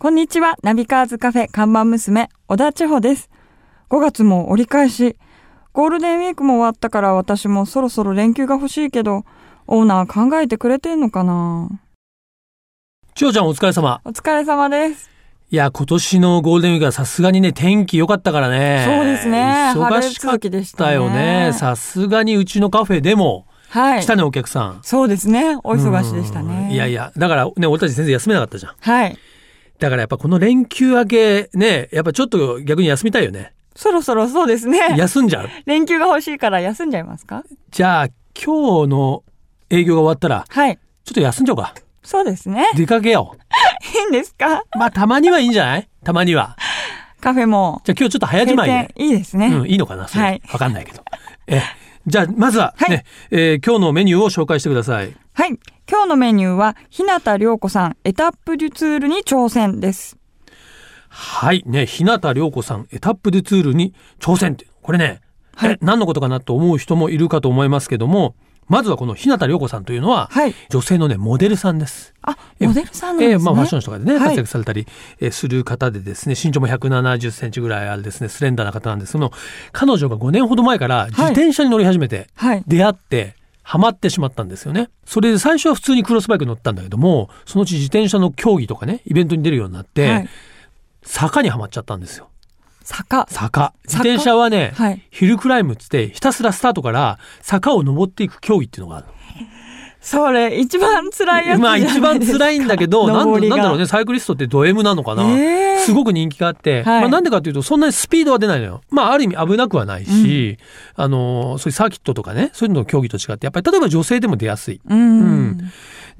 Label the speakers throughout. Speaker 1: こんにちは、ナビカーズカフェ看板娘、小田千穂です。5月も折り返し、ゴールデンウィークも終わったから私もそろそろ連休が欲しいけど、オーナー考えてくれてんのかな
Speaker 2: 千代ちゃんお疲れ様。
Speaker 1: お疲れ様です。
Speaker 2: いや、今年のゴールデンウィークはさすがにね、天気良かったからね。
Speaker 1: そうですね。
Speaker 2: 忙しか
Speaker 1: 春続
Speaker 2: っ
Speaker 1: きでした
Speaker 2: たよね。さすがにうちのカフェでも、
Speaker 1: はい
Speaker 2: 来。たね、お客さん。
Speaker 1: そうですね。お忙しでした
Speaker 2: う
Speaker 1: ね。
Speaker 2: んいやいや、だからね、俺たち先生休めなかったじゃん。
Speaker 1: はい。
Speaker 2: だからやっぱこの連休明け、ね、やっぱちょっと逆に休みたいよね。
Speaker 1: そろそろそうですね。
Speaker 2: 休んじゃう。
Speaker 1: 連休が欲しいから休んじゃいますか
Speaker 2: じゃあ、今日の営業が終わったら、
Speaker 1: はい。
Speaker 2: ちょっと休んじゃおうか。
Speaker 1: そうですね。
Speaker 2: 出かけよ
Speaker 1: いいんですか
Speaker 2: う。まあ、たまにはいいんじゃないたまには。
Speaker 1: カフェも。
Speaker 2: じゃあ今日ちょっと早じまいで。
Speaker 1: 閉店いいですね。
Speaker 2: うん、いいのかなそれ
Speaker 1: はい
Speaker 2: わかんないけど。え、じゃあ、まずは
Speaker 1: は、い
Speaker 2: ね、えー今日のメニューを紹介してください。
Speaker 1: はい。今日のメニューは、日向涼子さん、エタップデュツールに挑戦です。
Speaker 2: はい。ね、日向涼子さん、エタップデュツールに挑戦って。これね、
Speaker 1: はい
Speaker 2: え何のことかなと思う人もいるかと思いますけども、まずはこの日向涼子さんというのは、
Speaker 1: はい。
Speaker 2: 女性のね、モデルさんです。
Speaker 1: あ、モデルさんなんですね。
Speaker 2: えーまあ、ファッション誌とかでね、
Speaker 1: はい
Speaker 2: 活躍されたりえーする方でですね、身長も170センチぐらいあるですね、スレンダーな方なんですけども、彼女が5年ほど前から自転車に乗り始めて、
Speaker 1: はい。
Speaker 2: 出会ってハマってしまったんですよね。それで最初は普通にクロスバイク乗ったんだけども、そのうち自転車の競技とかね、イベントに出るようになって、
Speaker 1: はい
Speaker 2: 坂にはまっちゃったんですよ。
Speaker 1: 坂。
Speaker 2: 坂。自
Speaker 1: 坂
Speaker 2: 転車はね、
Speaker 1: はい
Speaker 2: ヒルクライムっつって、ひたすらスタートから坂を登っていく競技っていうのがあるの。
Speaker 1: それ、一番辛いやつじゃな
Speaker 2: まあ
Speaker 1: いです
Speaker 2: 一
Speaker 1: か。
Speaker 2: 番辛いんだけど、なん
Speaker 1: 登
Speaker 2: だ
Speaker 1: りが
Speaker 2: なんだろうね、サイクリストってド M なのかな、
Speaker 1: ええ
Speaker 2: すごく人気があって、
Speaker 1: はい
Speaker 2: まあなんでかというと、そんなにスピードは出ないのよ。まあある意味危なくはないし、あの、そういうサーキットとかね、そういうのの競技と違って、やっぱり例えば女性でも出やすい。
Speaker 1: うん。
Speaker 2: うん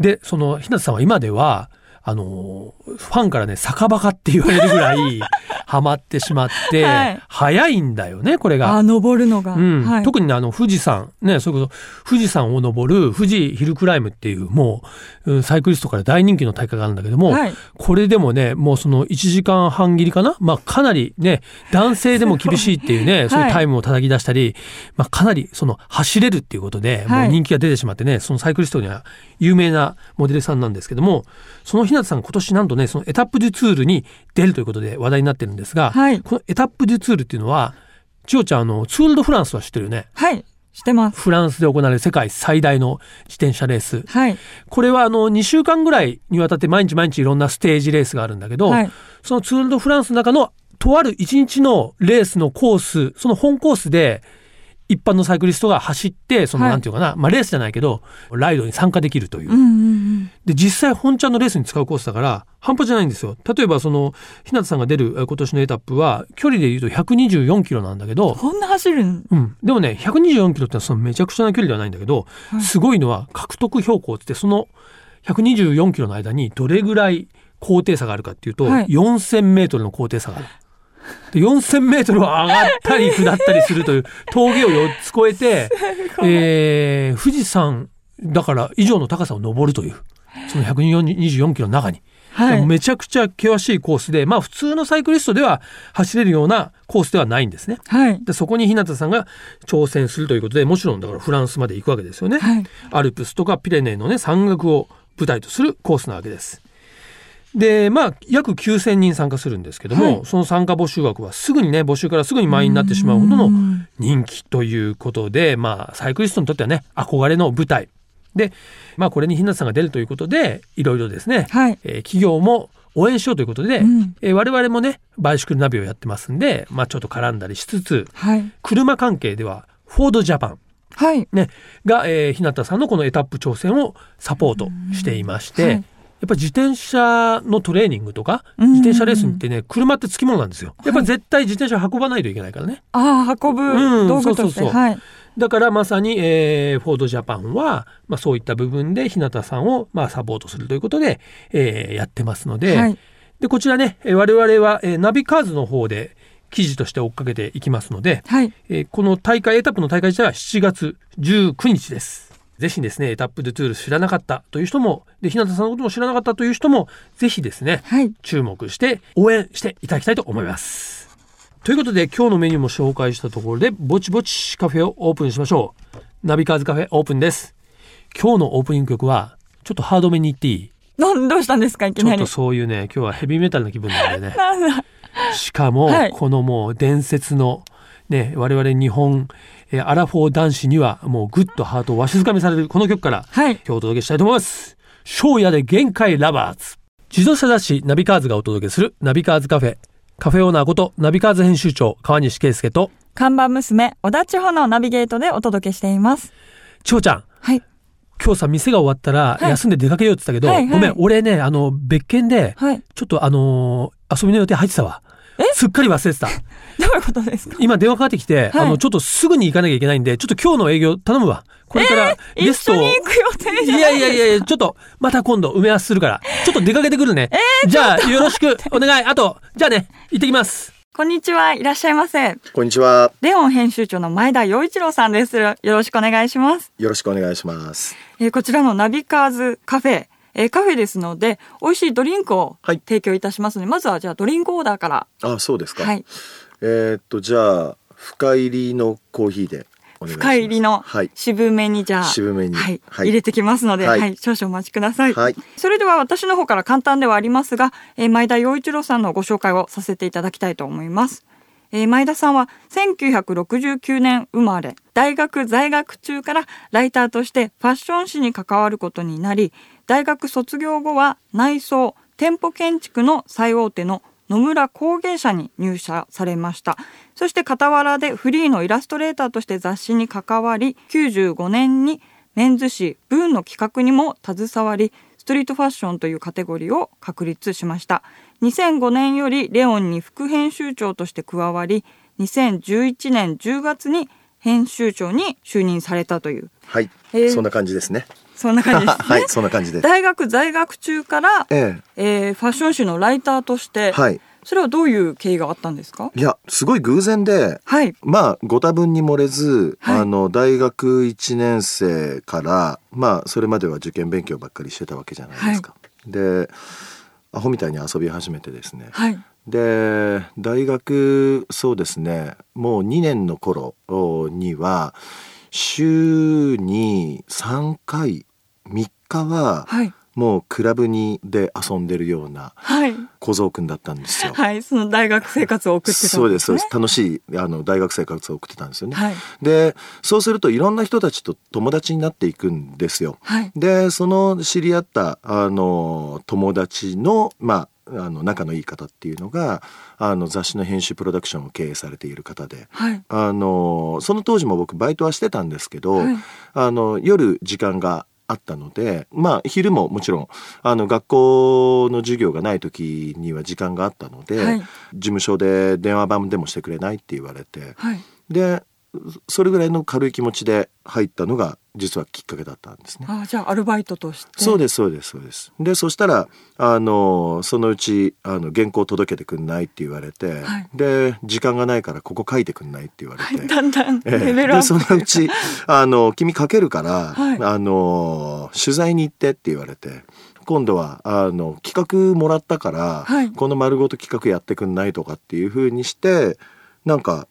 Speaker 2: で、その、ひなたさんは今では、あの、ファンからね、酒バカって言われるぐ らい、ハマってしまって、
Speaker 1: はい
Speaker 2: 早いんだよね、これが。
Speaker 1: あ、登るのが。
Speaker 2: うん
Speaker 1: はい。
Speaker 2: 特にねあの富士山ねそれこそ富士山を登る富士ヒルクライムっていうもううんサイクリストから大人気の大会があるんだけども、
Speaker 1: はい
Speaker 2: これでもねもうその1時間半切りかな、まあ、かなりね男性でも厳しいっていう ね、
Speaker 1: い
Speaker 2: そういうタイムを叩き出したり、まあ、かなりその走れるっていうことで、
Speaker 1: はい
Speaker 2: もう人気が出てしまってねそのサイクリストには有名なモデルさんなんですけどもその日向さん今年なんとねそのエタップ・デュ・ツールに出るということで話題になってるんですが、
Speaker 1: はい
Speaker 2: このエタップ・デュ・ツールっていうのは千代ちゃんあのツール・ド・フランスは知ってるよね。
Speaker 1: はい。してます。
Speaker 2: フランスで行われる世界最大の自転車レース
Speaker 1: はい。
Speaker 2: これはあの2週間ぐらいにわたって毎日毎日いろんなステージレースがあるんだけど、
Speaker 1: はい
Speaker 2: そのツール・ド・フランスの中のとある1日のレースのコースその本コースで一般のサイクリストが走ってその
Speaker 1: はい
Speaker 2: なんていうかな、まあ、レースじゃないけどライドに参加できるという、
Speaker 1: うんうん
Speaker 2: で実際本ちゃんのレースに使うコースだから半端じゃないんですよ例えばその日向さんが出るえ今年のエタップは距離でいうと124キロなんだけど
Speaker 1: うん。、こんな走るん
Speaker 2: うん、でもね124キロってのはそのめちゃくちゃな距離ではないんだけど、
Speaker 1: はい
Speaker 2: すごいのは獲得標高っつってその124キロの間にどれぐらい高低差があるかっていうと、
Speaker 1: はい
Speaker 2: 4000メートルの高低差がある。で4000メートルを上がったり下ったりするという峠を4つ越えて、えー富士山だから以上の高さを登るというその124キロの中に。
Speaker 1: はい。
Speaker 2: めちゃくちゃ険しいコースで、まあ普通のサイクリストでは走れるようなコースではないんですね。
Speaker 1: はい。
Speaker 2: でそこに日向さんが挑戦するということでもちろんだからフランスまで行くわけですよね、
Speaker 1: はい
Speaker 2: アルプスとかピレネーのね山岳を舞台とするコースなわけですでまあ約9,000人参加するんですけども、
Speaker 1: はい
Speaker 2: その参加募集枠はすぐにね募集からすぐに満員になってしまうほどの人気ということでまあサイクリストにとってはね憧れの舞台でまあこれに日向さんが出るということでいろいろですね、
Speaker 1: はい。
Speaker 2: えー企業も応援しようということで、
Speaker 1: うん
Speaker 2: えー我々もねバイシクルナビをやってますんで、まあ、ちょっと絡んだりしつつ
Speaker 1: はい。
Speaker 2: 車関係ではフォードジャパン、
Speaker 1: はい。
Speaker 2: ね、が、えー、日向さんのこのエタップ挑戦をサポートしていまして、
Speaker 1: はい
Speaker 2: やっぱり自転車のトレーニングとか
Speaker 1: うん
Speaker 2: 自転車レースに行ってね車ってつきものなんですよ。やっぱり絶対自転車運ばないといけないからね。
Speaker 1: ああ、運
Speaker 2: う
Speaker 1: ぶ
Speaker 2: ん
Speaker 1: 道具として。
Speaker 2: そうそうそう
Speaker 1: はい。
Speaker 2: だからまさに、えーフォードジャパンは、まあ、そういった部分で日向さんを、まあ、サポートするということで、えーやってますので,、
Speaker 1: はい
Speaker 2: でこちらねえー我々は、えーナビカーズの方で記事として追っかけていきますので、
Speaker 1: はい。
Speaker 2: えーこの大会エタップの大会自体は7月19日です。ぜひですねエタップ・ドゥ・トゥール知らなかったという人もで日向さんのことも知らなかったという人もぜひですね
Speaker 1: はい。
Speaker 2: 注目して応援していただきたいと思います。ということで今日のメニューも紹介したところでぼちぼちカフェをオープンしましょう。ナビカーズカフェオープンです。今日のオープニング曲はちょっとハードめに言っていい
Speaker 1: なんどうしたんですかいき
Speaker 2: ちょ
Speaker 1: な
Speaker 2: っ
Speaker 1: り
Speaker 2: と。そういうね、今日はヘビーメタルな気分なんでね。
Speaker 1: なんだ
Speaker 2: しかも、
Speaker 1: はい
Speaker 2: このもう伝説の、ね、我々日本、えーアラフォー男子にはもうグッとハートをわしづかみされるこの曲から
Speaker 1: はい。
Speaker 2: 今日お届けしたいと思います。昭夜で限界ラバーズ。自動車雑誌ナビカーズがお届けするナビカーズカフェ。カフェオーナーことナビカーズ編集長川西圭介と
Speaker 1: 看板娘、小田千穂のナビゲートでお届けしています。
Speaker 2: 千穂ちゃん。
Speaker 1: はい。
Speaker 2: 今日さ店が終わったら
Speaker 1: はい
Speaker 2: 休んで出かけようって言ったけど、
Speaker 1: はいはい
Speaker 2: ごめん俺ねあの別件で
Speaker 1: はい。
Speaker 2: ちょっとあのー遊びの予定入ってたわ
Speaker 1: え
Speaker 2: すっかり忘れてた
Speaker 1: どういうことですか
Speaker 2: 今電話かかってきて、
Speaker 1: はい
Speaker 2: あのちょっとすぐに行かなきゃいけないんでちょっと今日の営業頼むわこれからゲ
Speaker 1: 一
Speaker 2: スト
Speaker 1: 緒
Speaker 2: を、
Speaker 1: に行く予定
Speaker 2: い
Speaker 1: じゃ
Speaker 2: や
Speaker 1: ない
Speaker 2: いやいやいや、ちょっと、また今度埋め合わせするから、ちょっと出かけてくるね。じゃあ、よろしく、お願い。あと、じゃあね、行ってきます。
Speaker 1: こんにちは、いらっしゃいませ。
Speaker 3: こんにちは。
Speaker 1: レオン編集長の前田洋一郎さんです。よろしくお願いします。
Speaker 3: よろしくお願いします。
Speaker 1: えーこちらのナビカーズカフェ、えーカフェですので、美味しいドリンクを
Speaker 3: はい
Speaker 1: 提供いたしますので、まずはじゃあドリンクオーダーから。
Speaker 3: あ、そうですか。
Speaker 1: はい。
Speaker 3: えーっと、じゃあ、深入りのコーヒーでお願いします。
Speaker 1: 深入りの
Speaker 3: はい。
Speaker 1: 渋めにじゃあ、
Speaker 3: 渋めに
Speaker 1: はい
Speaker 3: はい
Speaker 1: 入れてきますので、は
Speaker 3: はいい
Speaker 1: 少々お待ちください、
Speaker 3: はい
Speaker 1: それでは私の方から簡単ではありますが、えー前田洋一郎さんのご紹介をさせていただきたいと思います、えー前田さんは1969年生まれ大学在学中からライターとしてファッション誌に関わることになり大学卒業後は内装店舗建築の最大手の野村工芸社に入社されましたそして傍らでフリーのイラストレーターとして雑誌に関わり95年にメンズ誌「ブーン」の企画にも携わりストリートファッションというカテゴリーを確立しました2005年よりレオンに副編集長として加わり2011年10月に編集長に就任されたという
Speaker 3: はい、
Speaker 1: えー
Speaker 3: そんな感 じですね。
Speaker 1: そんな感じですね、
Speaker 3: はい、そんな感じです。
Speaker 1: 大学在学中から、
Speaker 3: え
Speaker 1: えーファッション誌のライターとして、
Speaker 3: えはい。
Speaker 1: それはどういう経緯があったんですか
Speaker 3: いや、すごい偶然で、
Speaker 1: はい
Speaker 3: まあ、ご多分に漏れず、
Speaker 1: はい
Speaker 3: あの、大学1年生から、まあ、それまでは受験勉強ばっかりしてたわけじゃないですか。で、アホみたいに遊び始めてですね。
Speaker 1: はい
Speaker 3: で大学そうですねもう2年の頃には週に3回3日は
Speaker 1: はい
Speaker 3: もうクラブにで遊んでるような
Speaker 1: はい
Speaker 3: 小僧くんだったんですよ。
Speaker 1: はいその大学生活を送ってたんですね
Speaker 3: そうですそうです楽しいあの大学生活を送ってたんですよね。
Speaker 1: はい
Speaker 3: でそうするといろんな人たちと友達になっていくんですよ。
Speaker 1: はい
Speaker 3: でその知り合ったあの友達の,、まあ、あの仲のいい方っていうのがあの雑誌の編集プロダクションを経営されている方で。
Speaker 1: はい
Speaker 3: あのその当時も僕バイトはしてたんですけど、
Speaker 1: はい
Speaker 3: あの夜時間があったのでまあ昼ももちろんあの学校の授業がない時には時間があったので、
Speaker 1: はい
Speaker 3: 事務所で電話番でもしてくれないって言われて
Speaker 1: はい
Speaker 3: でそれぐらいの軽い気持ちで入ったのが実はきっかけだったんですね。
Speaker 1: あじゃあアルバイトとして
Speaker 3: そうですそうですそうです。でそしたらあのそのうちあの原稿届けてくんないって言われて、
Speaker 1: はい
Speaker 3: で時間がないからここ書いてくんないって言われて。
Speaker 1: だんだん
Speaker 3: ええ
Speaker 1: レベルア
Speaker 3: でその
Speaker 1: ップ
Speaker 3: う ちあの「君書けるから、
Speaker 1: はい
Speaker 3: あの取材に行って」って言われて今度はあの企画もらったから、
Speaker 1: はい
Speaker 3: この丸ごと企画やってくんないとかっていうふうにしてなんか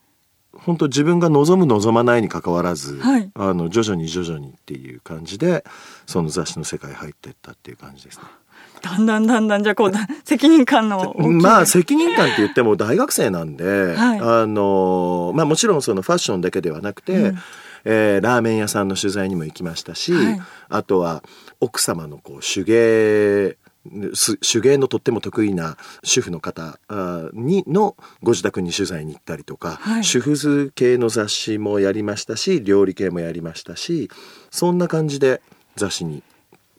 Speaker 3: 本当自分が望む望まないに関わらず、
Speaker 1: はい
Speaker 3: あの徐々に徐々にっていう感じでその雑誌の世界入ってったっていう感じですね。
Speaker 1: だんだんだんだんじゃあこうだ責任感の大きい
Speaker 3: まあ責任感って言っても大学生なんで、
Speaker 1: はい
Speaker 3: あのまあもちろんそのファッションだけではなくて、
Speaker 1: うん
Speaker 3: えーラーメン屋さんの取材にも行きましたし、
Speaker 1: はい
Speaker 3: あとは奥様のこう手芸す手芸のとっても得意な主婦の方あにのご自宅に取材に行ったりとか、
Speaker 1: はい
Speaker 3: 主婦図系の雑誌もやりましたし料理系もやりましたしそんな感じで雑誌に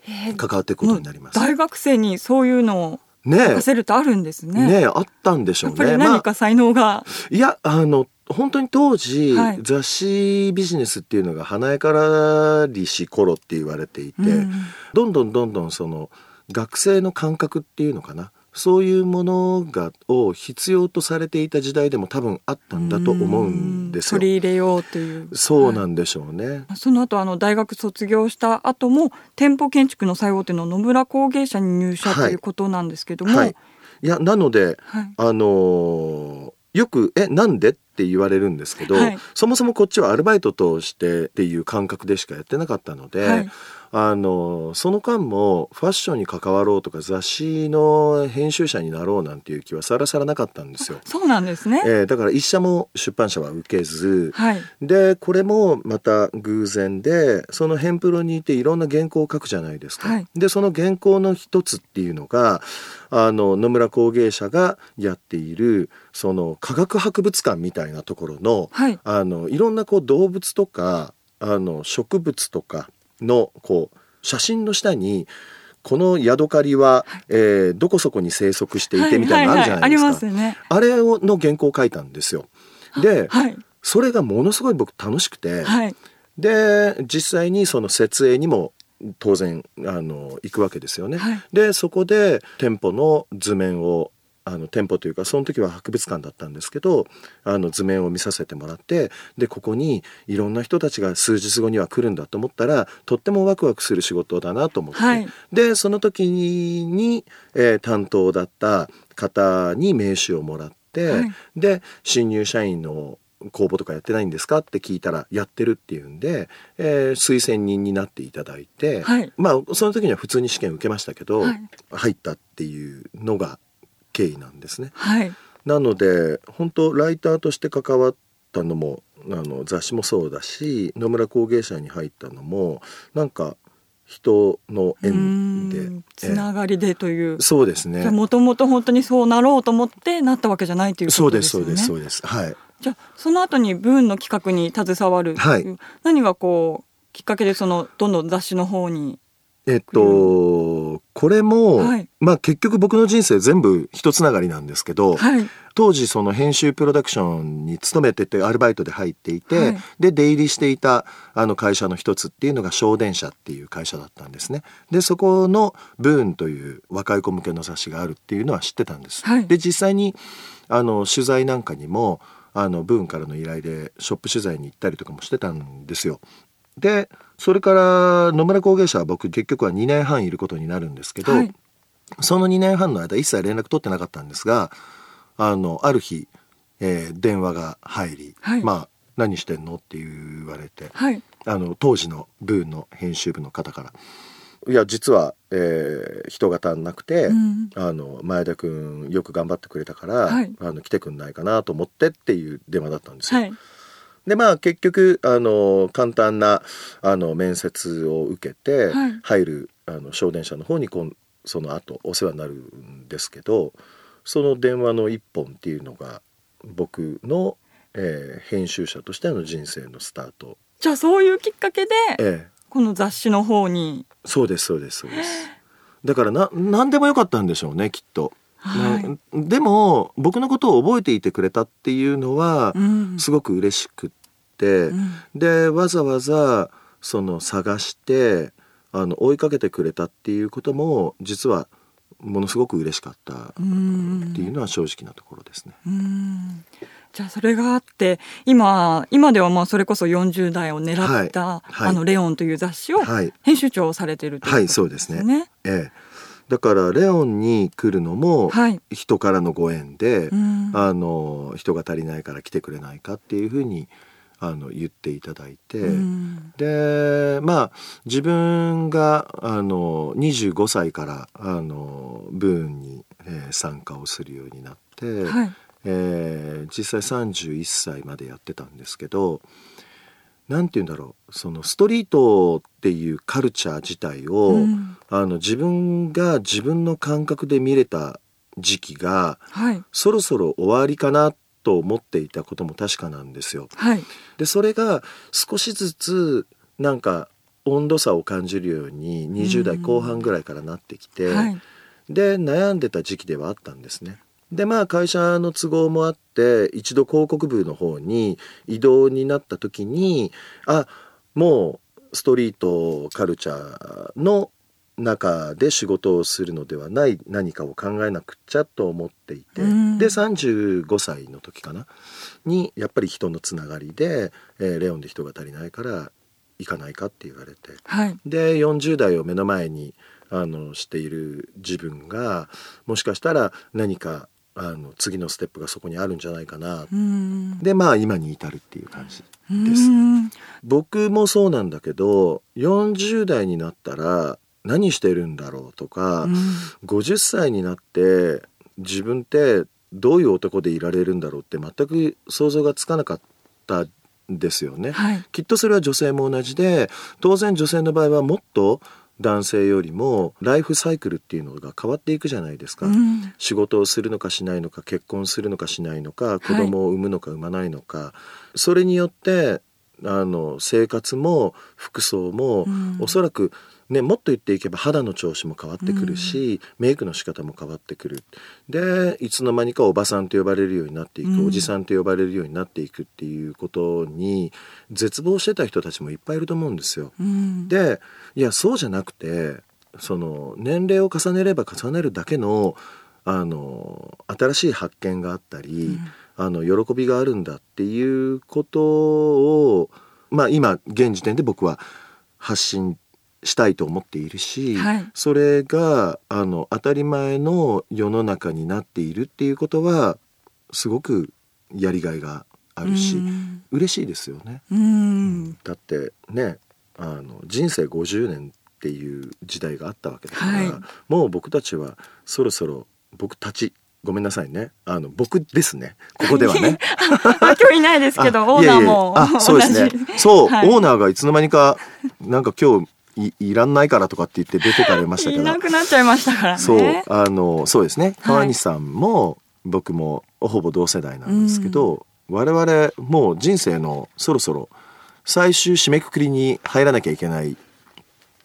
Speaker 1: ええ
Speaker 3: 関わっていくことになります。
Speaker 1: もう大学生にそういうのを
Speaker 3: ね
Speaker 1: 出せるとあるんです
Speaker 3: え
Speaker 1: ね
Speaker 3: ねえあったんでしょ
Speaker 1: や
Speaker 3: う
Speaker 1: っ
Speaker 3: ね。
Speaker 1: ぱり
Speaker 3: まあ
Speaker 1: 何か才能が、
Speaker 3: いやあの本当に当時、
Speaker 1: はい
Speaker 3: 雑誌ビジネスっていうのが華やからりし頃って言われていて、
Speaker 1: うん
Speaker 3: どんどんどんどんその学生の感覚っていうのかなそういうものがを必要とされていた時代でも多分あったんだと思うんですよ
Speaker 1: 取。り入れようっていう
Speaker 3: そうなんでしょうね。
Speaker 1: その後あの大学卒業した後も店舗建築の最大手の野村工芸社に入社と
Speaker 3: はい
Speaker 1: いうことなんですけども、
Speaker 3: はい。いやなので
Speaker 1: はい
Speaker 3: あのーよく「えなんで?」ってって言われるんですけど、
Speaker 1: はい
Speaker 3: そもそもこっちはアルバイトとしてっていう感覚でしかやってなかったので、
Speaker 1: はい
Speaker 3: あのその間もファッションに関わろうとか雑誌の編集者になろうなんていう気はさらさらなかったんですよ。
Speaker 1: そうなんですね。
Speaker 3: えーだから一社も出版社は受けず、
Speaker 1: はい。
Speaker 3: でこれもまた偶然でそのヘンプロにいていろんな原稿を書くじゃないですか。
Speaker 1: はい
Speaker 3: でその原稿の一つっていうのがあの野村工芸社がやっているその科学博物館みたいなところの
Speaker 1: はい。
Speaker 3: あのいろんなこう動物とかあの植物とかのこう写真の下にこのヤドカリは、えーどこそこに生息していてみたいなのあるじゃないですか。
Speaker 1: はいはいはいありますよね。
Speaker 3: あれをの原稿を書いたんですよ。で、
Speaker 1: はい。
Speaker 3: それがものすごい僕楽しくて、
Speaker 1: はい。
Speaker 3: で実際にその設営にも当然あの行くわけですよね。
Speaker 1: はい
Speaker 3: でそこで店舗の図面をあの店舗というかその時は博物館だったんですけどあの図面を見させてもらってでここにいろんな人たちが数日後には来るんだと思ったらとってもワクワクする仕事だなと思って、
Speaker 1: はい
Speaker 3: でその時に、えー担当だった方に名刺をもらって、
Speaker 1: はい
Speaker 3: で新入社員の公募とかやってないんですかって聞いたらやってるっていうんで、えー推薦人になっていただいて、
Speaker 1: はい
Speaker 3: まあその時には普通に試験受けましたけど、
Speaker 1: はい
Speaker 3: 入ったっていうのが経緯なんですね。
Speaker 1: はい。
Speaker 3: なので本当ライターとして関わったのもあの雑誌もそうだし野村工芸社に入ったのもなんか人の
Speaker 1: うー
Speaker 3: 縁で、
Speaker 1: ん。
Speaker 3: え
Speaker 1: つながりでという
Speaker 3: え。そうですね。
Speaker 1: もともと本当にそうなろうと思ってなったわけじゃないというこ
Speaker 3: そう
Speaker 1: と
Speaker 3: で
Speaker 1: ですす
Speaker 3: そ
Speaker 1: よ
Speaker 3: う
Speaker 1: ね。
Speaker 3: ですそうですはい。
Speaker 1: じゃあその後にブーンの企画に携わるという、
Speaker 3: はい
Speaker 1: 何がこうきっかけでそのどんどん雑誌の方に
Speaker 3: えっとこれも、
Speaker 1: はい
Speaker 3: まあ結局僕の人生全部一つながりなんですけど、
Speaker 1: はい
Speaker 3: 当時その編集プロダクションに勤めててアルバイトで入っていて、
Speaker 1: はい
Speaker 3: で出入りしていたあの会社の一つっていうのが商電社っていう会社だったんですねでそこの「ブーン」という若い子向けの雑誌があるっていうのは知ってたんです、
Speaker 1: はい
Speaker 3: で実際にあの取材なんかにもあのブーンからの依頼でショップ取材に行ったりとかもしてたんですよでそれから野村工芸社は僕結局は2年半いることになるんですけど、
Speaker 1: はい
Speaker 3: その2年半の間一切連絡取ってなかったんですがあのある日、えー電話が入り「
Speaker 1: はい
Speaker 3: まあ何してんの?」って言われて
Speaker 1: はい
Speaker 3: あの当時のブーンの編集部の方から「いや実は、えー人が足んなくて、
Speaker 1: うん
Speaker 3: あの前田君よく頑張ってくれたから、
Speaker 1: はい
Speaker 3: あの来てくんないかなと思って」っていう電話だったんですよ。
Speaker 1: はい
Speaker 3: でまあ結局あの簡単なあの面接を受けて
Speaker 1: はい
Speaker 3: 入る、あの商電車の方にこんその後お世話になるんですけどその電話の一本っていうのが僕の、えー編集者としての人生のスタート。
Speaker 1: じゃあそういうきっかけで
Speaker 3: ええ
Speaker 1: この雑誌の方に
Speaker 3: そうですそうですそうです。だからな何でもよかったんでしょうねきっと、
Speaker 1: はい
Speaker 3: なでも僕のことを覚えていてくれたっていうのは
Speaker 1: うん
Speaker 3: すごく嬉しくって、
Speaker 1: うん
Speaker 3: でわざわざその探してあの追いかけてくれたっていうことも実はものすごく嬉しかったっ
Speaker 1: うん
Speaker 3: ていうのは正直なところですね。
Speaker 1: うんじゃあそれがあって今今ではまあそれこそ40代を狙った、
Speaker 3: はいはい
Speaker 1: あのレオンという雑誌を
Speaker 3: はい
Speaker 1: 編集長をされているという
Speaker 3: はい
Speaker 1: こと
Speaker 3: そう
Speaker 1: で
Speaker 3: ですす
Speaker 1: ね。
Speaker 3: ね。ええ、だからレオンに来るのも
Speaker 1: はい
Speaker 3: 人からのご縁で、
Speaker 1: うん
Speaker 3: あの人が足りないから来てくれないかっていうふうにあの言っていただいて、
Speaker 1: うん
Speaker 3: でまあ自分があの25歳からあのブーンに、えー参加をするようになって、
Speaker 1: はい
Speaker 3: えー実際31歳までやってたんですけど何て言うんだろうそのストリートっていうカルチャー自体を、
Speaker 1: うん
Speaker 3: あの自分が自分の感覚で見れた時期が
Speaker 1: はい
Speaker 3: そろそろ終わりかなと思っていたことも確かなんですよ。
Speaker 1: はい
Speaker 3: でそれが少しずつなんか温度差を感じるように20代後半ぐらいからなってきて、
Speaker 1: はい
Speaker 3: で悩んでた時期ではあったんですね。でまあ会社の都合もあって一度広告部の方に移動になった時にあもうストリートカルチャーの中で仕事をするのではない何かを考えなくちゃと思っていて、
Speaker 1: うん
Speaker 3: で35歳の時かなにやっぱり人のつながりで、えーレオンで人が足りないから行かないかって言われて
Speaker 1: はい
Speaker 3: で40代を目の前にあのしている自分がもしかしたら何かあの次のステップがそこにあるんじゃないかな
Speaker 1: うん
Speaker 3: でまあ今に至るっていう感じです
Speaker 1: うん
Speaker 3: 僕もそうなんだけど40代になったら何してるんだろうとか、50歳になって自分ってどういう男でいられるんだろうって全く想像がつかなかったんですよね。
Speaker 1: はい
Speaker 3: きっとそれは女性も同じで当然女性の場合はもっと男性よりもライフサイクルっていうのが変わっていくじゃないですか。
Speaker 1: うん
Speaker 3: 仕事をするのかしないのか結婚するのかしないのか子供を産むのか産まないのか、それによってあの生活も服装も、
Speaker 1: うん
Speaker 3: おそらく、ね、もっと言っていけば肌の調子も変わってくるし、メイクの仕方も変わってくるでいつの間にかおばさんと呼ばれるようになっていく、
Speaker 1: うん
Speaker 3: おじさんと呼ばれるようになっていくっていうことに絶望してた人たちもいっぱいいると思うんですよ。
Speaker 1: うん
Speaker 3: でいやそうじゃなくてその年齢を重ねれば重ねるだけのあの新しい発見があったり、あの喜びがあるんだっていうことを、まあ、今現時点で僕は発信したいと思っているし、
Speaker 1: はい
Speaker 3: それがあの当たり前の世の中になっているっていうことはすごくやりがいがあるし、
Speaker 1: うん
Speaker 3: 嬉しいですよね。
Speaker 1: うん
Speaker 3: だってねあの人生50年っていう時代があったわけだから、
Speaker 1: はい
Speaker 3: もう僕たちはそろそろ僕たちごめんなさいねあの僕ですねここでは ね
Speaker 1: あ今日いないですけど
Speaker 3: あ
Speaker 1: オー
Speaker 3: いえいえ
Speaker 1: ナーも
Speaker 3: あそうです ね
Speaker 1: 同じ
Speaker 3: そう、
Speaker 1: はい
Speaker 3: オーナーがいつの間にかなんか今日いいらんないからとかって言って出てかれました
Speaker 1: い
Speaker 3: か
Speaker 1: な
Speaker 3: ら
Speaker 1: くなっちゃいましたからね
Speaker 3: そうあのそうですね川
Speaker 1: はい
Speaker 3: 西さんも僕もほぼ同世代なんですけど、我々もう人生のそろそろ最終締めくくりに入らなきゃいけない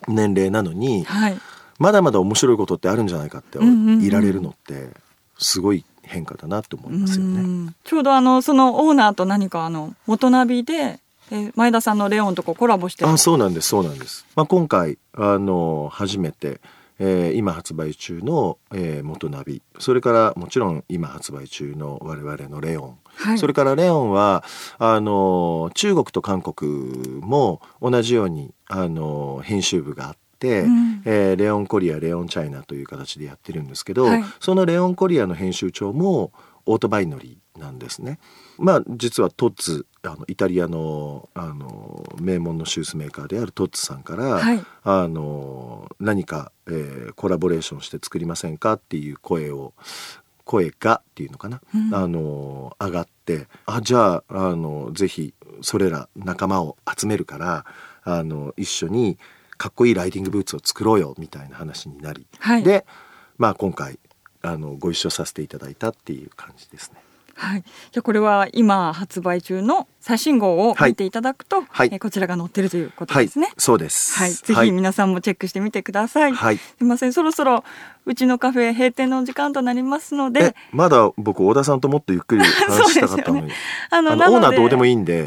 Speaker 3: 年齢なのに
Speaker 1: はい
Speaker 3: まだまだ面白いことってあるんじゃないかって
Speaker 1: うんうんうん
Speaker 3: いられるのってすごい変化だなと思いますよ
Speaker 1: う
Speaker 3: ね。
Speaker 1: んちょうどあのそのオーナーと何かあの元ナビでえ前田さんのレオンとこうコラボしてる
Speaker 3: あそうなんですそうなんです。まあ、今回あの初めて、えー今発売中の、えー元ナビそれからもちろん今発売中の我々のレオン
Speaker 1: はい、
Speaker 3: それからレオンはあの中国と韓国も同じようにあの編集部があって、
Speaker 1: うん
Speaker 3: えーレオンコリアレオンチャイナという形でやってるんですけど、
Speaker 1: はい
Speaker 3: そのレオンコリアの編集長もオートバイ乗りなんですね。まあ実はトッツあのイタリアのあの名門のシューズメーカーであるトッツさんから、
Speaker 1: はい
Speaker 3: あの何か、えーコラボレーションして作りませんかっていう声を声がっていうのかな、
Speaker 1: うん
Speaker 3: あの上がってあじゃああのぜひそれら仲間を集めるからあの一緒にかっこいいライディングブーツを作ろうよみたいな話になり、
Speaker 1: はい
Speaker 3: で、まあ、今回あのご一緒させていただいたっていう感じですね。
Speaker 1: はい、じゃあこれは今発売中の最新号を
Speaker 3: はい
Speaker 1: 見ていただくと、
Speaker 3: はい
Speaker 1: えーこちらが載ってるということ
Speaker 3: は
Speaker 1: で
Speaker 3: い
Speaker 1: すね。
Speaker 3: そうです、
Speaker 1: はい、ぜひ皆さんもチェックしてみてください。
Speaker 3: はい
Speaker 1: すみません、そろそろうちのカフェ閉店の時間となりますの
Speaker 3: え
Speaker 1: で、
Speaker 3: まだ僕小田さんともっとゆっくり話したかった の
Speaker 1: そう
Speaker 3: に、
Speaker 1: あの
Speaker 3: あ
Speaker 1: な
Speaker 3: の
Speaker 1: の
Speaker 3: オーナーどうでも
Speaker 1: いい。
Speaker 3: いい んで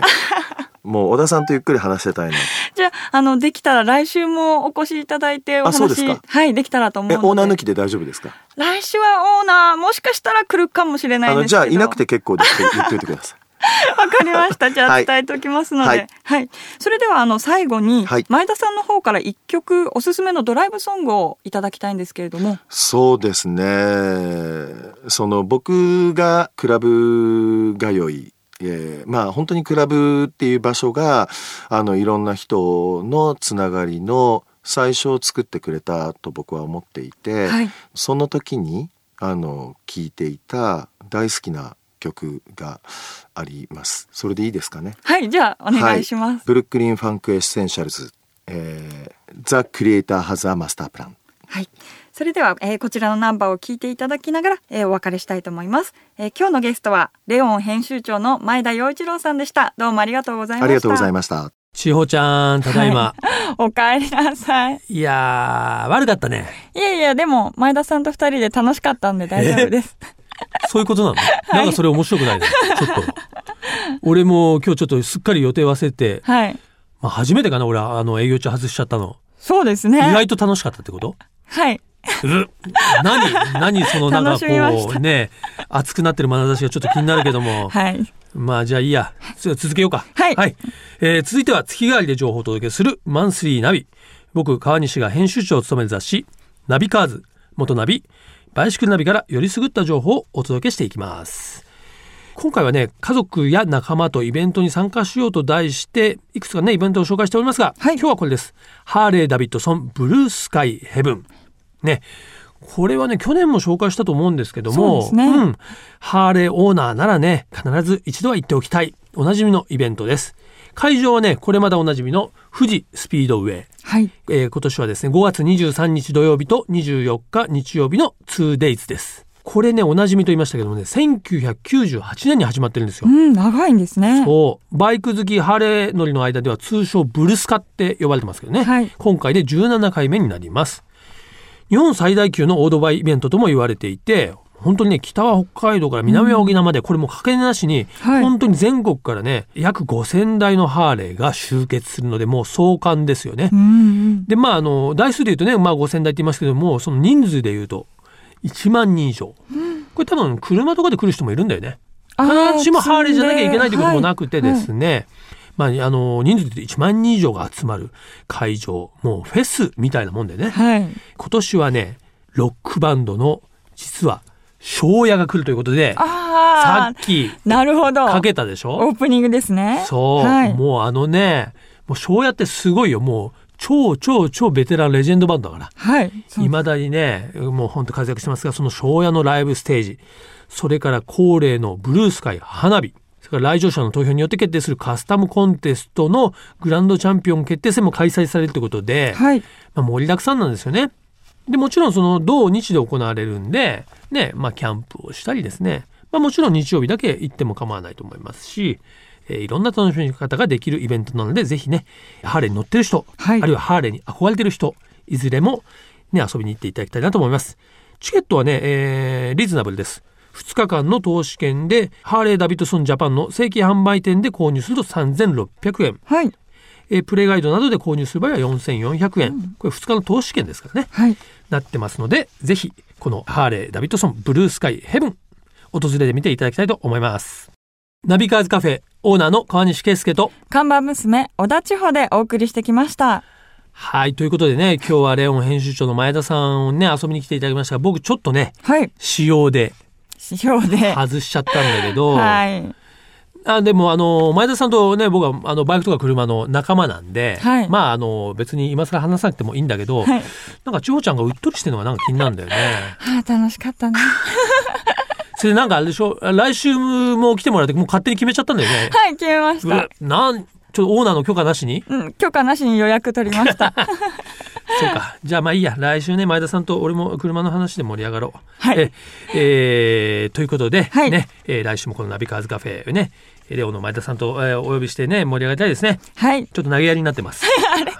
Speaker 3: もう小田さんとゆっくり話してたいな
Speaker 1: じゃああのできたら来週もお越しいただいてお話
Speaker 3: あそうですか
Speaker 1: はいできたらと思う
Speaker 3: え
Speaker 1: ので。
Speaker 3: オーナー抜きで大丈夫ですか
Speaker 1: 来週はオーナーもしかしたら来るかもしれな
Speaker 3: あ
Speaker 1: いで
Speaker 3: の
Speaker 1: すけ
Speaker 3: じ
Speaker 1: ど。
Speaker 3: ゃあいなくて結構ですって言っておいてください
Speaker 1: わかりま した。じゃ
Speaker 3: は
Speaker 1: あ
Speaker 3: い
Speaker 1: 伝えておきますので。は
Speaker 3: はいい。
Speaker 1: それではあの最後に
Speaker 3: はい
Speaker 1: 前田さんの方から一曲おすすめのドライブソングをいただきたいんですけれども。
Speaker 3: そうですねその僕がクラブ通いえーまあ本当にクラブっていう場所があのいろんな人のつながりの最初を作ってくれたと僕は思っていて、
Speaker 1: はい。
Speaker 3: その時にあの聴いていた大好きな曲があります。それでいいですかね。
Speaker 1: はい。じゃあお願いします。
Speaker 3: ブルックリン・ファンク・エッセンシャルズ、えー、ザ・クリエイター・ハザー・マスター・プラン。
Speaker 1: はい。それでは、えーこちらのナンバーを聞いていただきながら、えーお別れしたいと思います、えー今日のゲストはレオン編集長の前田洋一郎さんでした。どうもありがとうございました。
Speaker 3: ありがとうございました。
Speaker 2: 千穂ちゃん、ただいま。
Speaker 1: お帰りなさい。
Speaker 2: い、やー、悪かったね。
Speaker 1: いやいや、でも前田さんと二人で楽しかったんで大丈夫です。
Speaker 2: そういうことなの、なんかそれ面白くないね。ちょっと。俺も今日ちょっとすっかり予定忘れて、
Speaker 1: はい。
Speaker 2: まあ初めてかな、俺あの営業中外しちゃったの。
Speaker 1: そうです
Speaker 2: 意
Speaker 1: ね。
Speaker 2: 外と楽しかったってこと
Speaker 1: はい。
Speaker 2: う何何そのなんか
Speaker 1: 楽しみまし
Speaker 2: こ
Speaker 1: た
Speaker 2: うね、熱くなってる眼差しがちょっと気になるけども。
Speaker 1: はい。
Speaker 2: まあじゃあいいや。つ続けようか。
Speaker 1: はい
Speaker 2: えー続いては月替わりで情報をお届けするマンスリーナビ。僕、川西が編集長を務める雑誌、ナビカーズ、元ナビ、バイシクルナビからよりすぐった情報をお届けしていきます今回はね家族や仲間とイベントに参加しようと題していくつかねイベントを紹介しておりますが、
Speaker 1: はい
Speaker 2: 今日はこれですハーレー・ダビッドソンブルースカイ・ヘブンねこれはね去年も紹介したと思うんですけども
Speaker 1: そうですね
Speaker 2: ん、ハーレーオーナーならね必ず一度は行っておきたいおなじみのイベントです会場はねこれまだおなじみの富士スピードウェイ
Speaker 1: はい。
Speaker 2: えー今年はですね5月23日土曜日と24日日曜日の 2days ですこれねおなじみと言いましたけどもね1998年に始まってるんです
Speaker 1: う
Speaker 2: よ、
Speaker 1: ん、長いんですね。
Speaker 2: そうバイク好きハーレー乗りの間では通称ブルスカって呼ばれてますけどね、
Speaker 1: はい
Speaker 2: 今回で17回目になります日本最大級のオードバイイベントとも言われていて本当にね北は北海道から南は沖縄まで、これもかけなしに、
Speaker 1: はい
Speaker 2: 本当に全国からね約5,000台のハーレーが集結するのでもう壮観ですよね、
Speaker 1: うんうん。
Speaker 2: でまああの台数で言うとね、まあ、5,000台って言いますけどもその人数で言うと1万人以上、これ多分車とかで来る人もいるんだよね必
Speaker 1: あ
Speaker 2: ずしもハーレーじゃなきゃいけないということもなくてで
Speaker 1: はい
Speaker 2: すね、まあ、あの人数で言うと1万人以上が集まる会場もうフェスみたいなもんでね
Speaker 1: はい。はい
Speaker 2: 今年はねロックバンドの実は庄屋が来るということでさ
Speaker 1: あ
Speaker 2: っき
Speaker 1: あ、なるほど。
Speaker 2: かけたでしょ
Speaker 1: オープニングですね。
Speaker 2: そう、
Speaker 1: はい。
Speaker 2: もうあのね、もう庄屋ってすごいよ。もう超超超ベテランレジェンドバンドだから。
Speaker 1: はい。そう
Speaker 2: いまだにね、もう本当活躍してますが、その庄屋のライブステージ、それから恒例のブルースカイ花火、それから来場者の投票によって決定するカスタムコンテストのグランドチャンピオン決定戦も開催されるということで、
Speaker 1: はい。
Speaker 2: まあ、盛りだくさんなんですよね。でもちろんその同日で行われるんで、ねまあ、キャンプをしたりですね、まあ、もちろん日曜日だけ行っても構わないと思いますし、えーいろんな楽しみ方ができるイベントなのでぜひねハーレーに乗ってる人、
Speaker 1: はい
Speaker 2: あるいはハーレーに憧れてる人いずれも、ね、遊びに行っていただきたいなと思います。チケットはね、えーリーズナブルです。2日間の投資券でハーレー・ダビッドソン・ジャパンの正規販売店で購入すると3600円
Speaker 1: はい。
Speaker 2: えープレイガイドなどで購入する場合は4400円、これ2日の投資券ですからね
Speaker 1: はい。
Speaker 2: なってますのでぜひこのハーレーダビッドソンブルースカイヘブン訪れてみていただきたいと思いますナビカーズカフェオーナーの川西圭介と
Speaker 1: 看板娘、小田千穂でお送りしてきました。
Speaker 2: はいということでね今日はレオン編集長の前田さんをね遊びに来ていただきましたが僕ちょっとね
Speaker 1: はい。
Speaker 2: 仕様で
Speaker 1: 指標で。
Speaker 2: 外しちゃったんだけど、
Speaker 1: はい。
Speaker 2: あでもあの前田さんとね僕はあのバイクとか車の仲間なんで、
Speaker 1: はい
Speaker 2: まああの別に今更話さなくてもいいんだけど、
Speaker 1: はい。
Speaker 2: なんか千穂ちゃんがうっとりしてるのがなんか気になるんだよね。
Speaker 1: はあ、楽しかったね。
Speaker 2: それでなんかあれでしょ来週も来てもらってもう勝手に決めちゃったんだよ ね。
Speaker 1: はい、決めまし
Speaker 2: う
Speaker 1: た
Speaker 2: わ。なん、ちょっとオーナーの許可なしに
Speaker 1: うん、許可なしに予約取りま した。
Speaker 2: そうか。じゃあまあいいや。来週ね、前田さんと俺も車の話で盛り上がろう。
Speaker 1: はい
Speaker 2: え、えーということで、
Speaker 1: はい
Speaker 2: ね、えー来週もこのナビカーズカフェね、レオの前田さんと、えーお呼びしてね、盛り上がりたいですね。
Speaker 1: はい。
Speaker 2: ちょっと投げやりになっ てます。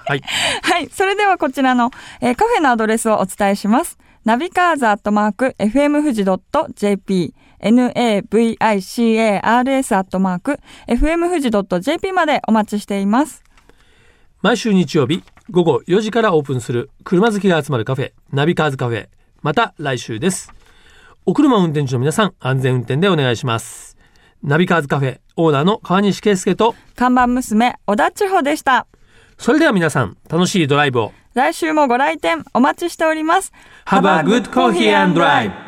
Speaker 2: はい。
Speaker 1: はい。それではこちらの、えーカフェのアドレスをお伝えします。ナビカーズアットマーク、fmfuji.jp、navicars アットマーク、fmfuji.jp までお待ちしています。
Speaker 2: 毎週日曜日午後4時からオープンする車好きが集まるカフェナビカーズカフェまた来週ですお車運転手の皆さん安全運転でお願いしますナビカーズカフェオーナーの川西圭介と
Speaker 1: 看板娘、小田千穂でした。
Speaker 2: それでは皆さん楽しいドライブを
Speaker 1: 来週もご来店お待ちしております。
Speaker 2: Have a good coffee and drive